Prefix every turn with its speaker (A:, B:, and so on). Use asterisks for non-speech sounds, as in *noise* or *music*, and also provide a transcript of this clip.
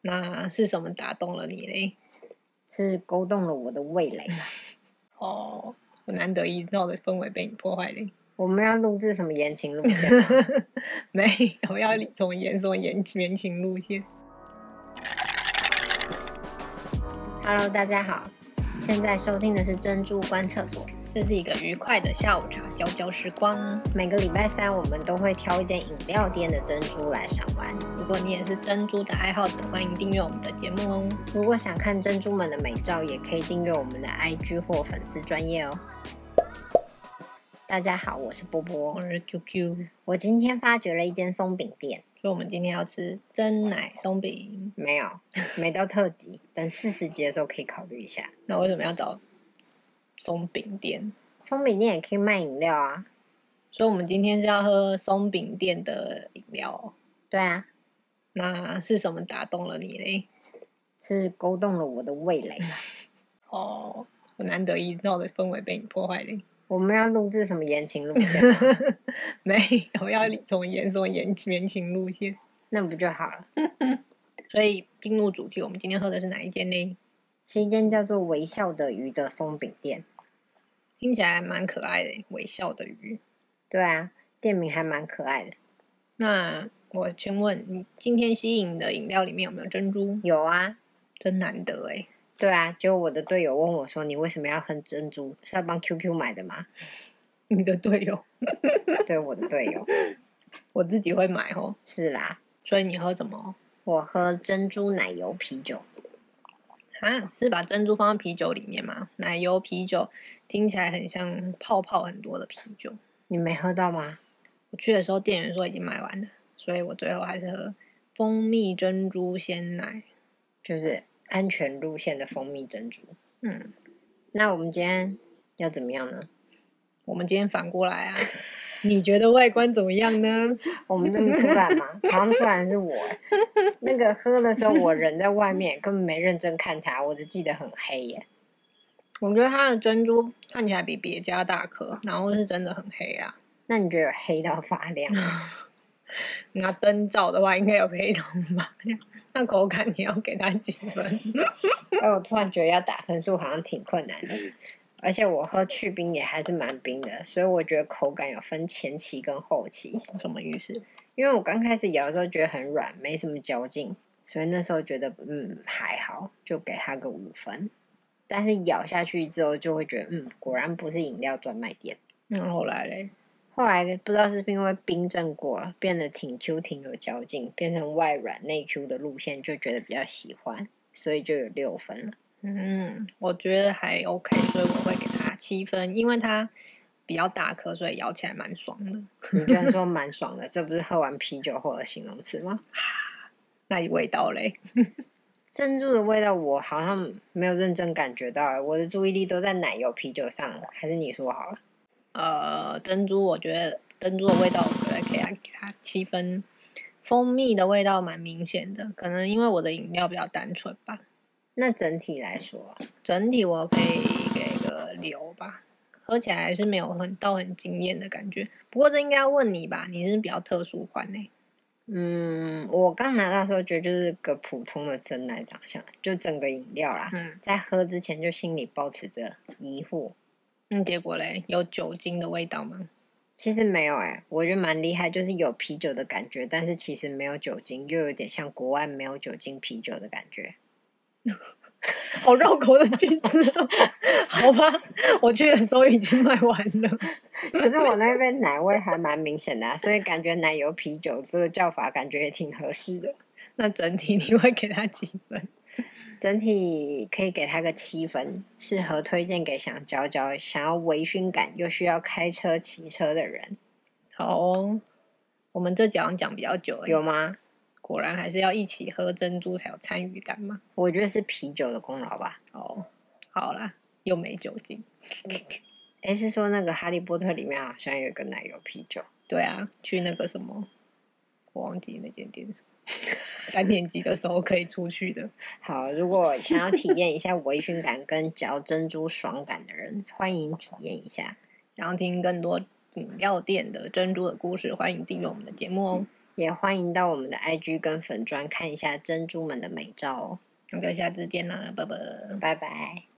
A: 那是什么打动了你嘞？
B: 是勾动了我的味蕾。
A: 哦，我难得一到的氛围被你破坏嘞。
B: 我们要录制什么言情
A: *laughs*
B: 路线吗？
A: 没有，要从严说言言情路线。
B: Hello，大家好，现在收听的是珍珠观厕所。
A: 这是一个愉快的下午茶交交时光。
B: 每个礼拜三，我们都会挑一间饮料店的珍珠来赏玩。
A: 如果你也是珍珠的爱好者，欢迎订阅我们的节目哦。
B: 如果想看珍珠们的美照，也可以订阅我们的 IG 或粉丝专业哦。大家好，我是波波
A: 我。是 QQ，
B: 我今天发掘了一间松饼店，
A: 所以我们今天要吃真奶松饼。
B: 没有，没到特辑，等四十集的时候可以考虑一下。
A: 那为什么要找松饼店？
B: 松饼店也可以卖饮料啊。
A: 所以我们今天是要喝松饼店的饮料哦。
B: 对啊，
A: 那是什么打动了你嘞？
B: 是勾动了我的味蕾。
A: 哦，我难得一到的氛围被你破坏 *laughs* 嘞。
B: 我们要录制什么言情路
A: *laughs*
B: 线吗？
A: 没有，要从严说言言情路线。
B: 那不就好了？
A: 所以进入主题，我们今天喝的是哪一间呢？
B: 是一间叫做“微笑的鱼”的松饼店。
A: 听起来蛮可爱的，微笑的鱼。
B: 对啊，店名还蛮可爱的。
A: 那我请问你今天吸引的饮料里面有没有珍珠？
B: 有啊，
A: 真难得哎。
B: 对啊，就我的队友问我说：“你为什么要哼珍珠？是要帮 QQ 买的吗
A: 你的队友，？”
B: 对，我的队友
A: 我自己会买哦。
B: 是啦，
A: 所以你喝什么？
B: 我喝珍珠奶油啤酒。
A: 啊，是把珍珠放到啤酒里面吗？奶油啤酒听起来很像泡泡很多的啤酒。
B: 你没喝到吗？
A: 我去的时候，店员说已经卖完了，所以我最后还是喝蜂蜜珍珠鲜奶。
B: 就是安全路线的蜂蜜珍珠。
A: 嗯，
B: 那我们今天要怎么样呢？
A: 我们今天反过来啊，你觉得外观怎么样呢？
B: 我们这么突然吗？好像突然是我欸。那个喝的时候，我人在外面，根本没认真看它，我只记得很黑耶。
A: 我觉得它的珍珠看起来比别家大颗，然后是真的很黑啊。
B: 那你觉得有黑到发亮吗？
A: 拿灯照的话，应该有黑瞳吧？ *laughs* 那口感你要给它几分？
B: 哎，我突然觉得要打分数好像挺困难的，而且我喝去冰也还是蛮冰的，所以我觉得口感有分前期跟后期。
A: 什么意思？
B: 因为我刚开始咬的时候觉得很软，没什么嚼劲，所以那时候觉得嗯还好，就给它个五分。但是咬下去之后就会觉得嗯，果然不是饮料专卖店。
A: 然后来嘞，
B: 后来不知道是不是因为冰镇过了，变得挺 Q 挺有嚼劲，变成外软内 Q 的路线，就觉得比较喜欢，所以就有六分了。
A: 嗯，我觉得还 OK，所以我会给它七分，因为它比较大颗，所以咬起来蛮爽的。
B: 你居然说蛮爽的，这 *laughs* 不是喝完啤酒后的形容词吗？
A: 那味道嘞？
B: 珍珠的味道我好像没有认真感觉到欸，我的注意力都在奶油啤酒上了，还是你说好了？
A: 呃，珍珠我觉得珍珠的味道，我觉得可以啊给它七分。蜂蜜的味道蛮明显的，可能因为我的饮料比较单纯吧。
B: 那整体来说，
A: 整体我可以给个六吧，喝起来是没有很到很惊艳的感觉。不过这应该要问你吧，你是比较特殊款呢、
B: 嗯，我刚拿到的时候觉得就是个普通的真奶长相，就整个饮料啦，
A: 嗯
B: 在喝之前就心里保持着疑惑。
A: 嗯，结果嘞，有酒精的味道吗？
B: 其实没有哎、我觉得蛮厉害，就是有啤酒的感觉，但是其实没有酒精，又有点像国外没有酒精啤酒的感觉。
A: *laughs* 好绕口的句子、哦， *laughs* 好吧，我去的时候已经卖完了。
B: 可是我那边奶味还蛮明显的、啊，所以感觉奶油啤酒这个叫法感觉也挺合适的。
A: 那整体你会给它几分？
B: 整体可以给它个七分，适合推荐给想嚼嚼、想要微醺感又需要开车、骑车的人，
A: 好哦，我们这几行讲比较久了，
B: 有吗？
A: 果然还是要一起喝珍珠才有参与感嘛。
B: 我觉得是啤酒的功劳吧。
A: 哦，好啦，又没酒精。
B: 诶，是说那个《哈利波特》里面好像有一个奶油啤酒，
A: 对啊，去那个什么，我忘记那间店是什么。 *laughs* 三年级的时候可以出去的，
B: 好，如果想要体验一下微醺感跟嚼珍珠爽感的人，欢迎体验一下。
A: 然后听更多饮料店的珍珠的故事，欢迎订阅我们的节目哦。
B: 也欢迎到我们的 IG 跟粉砖看一下珍珠们的美照哦，
A: OK，下次见啦，拜拜。
B: 拜拜。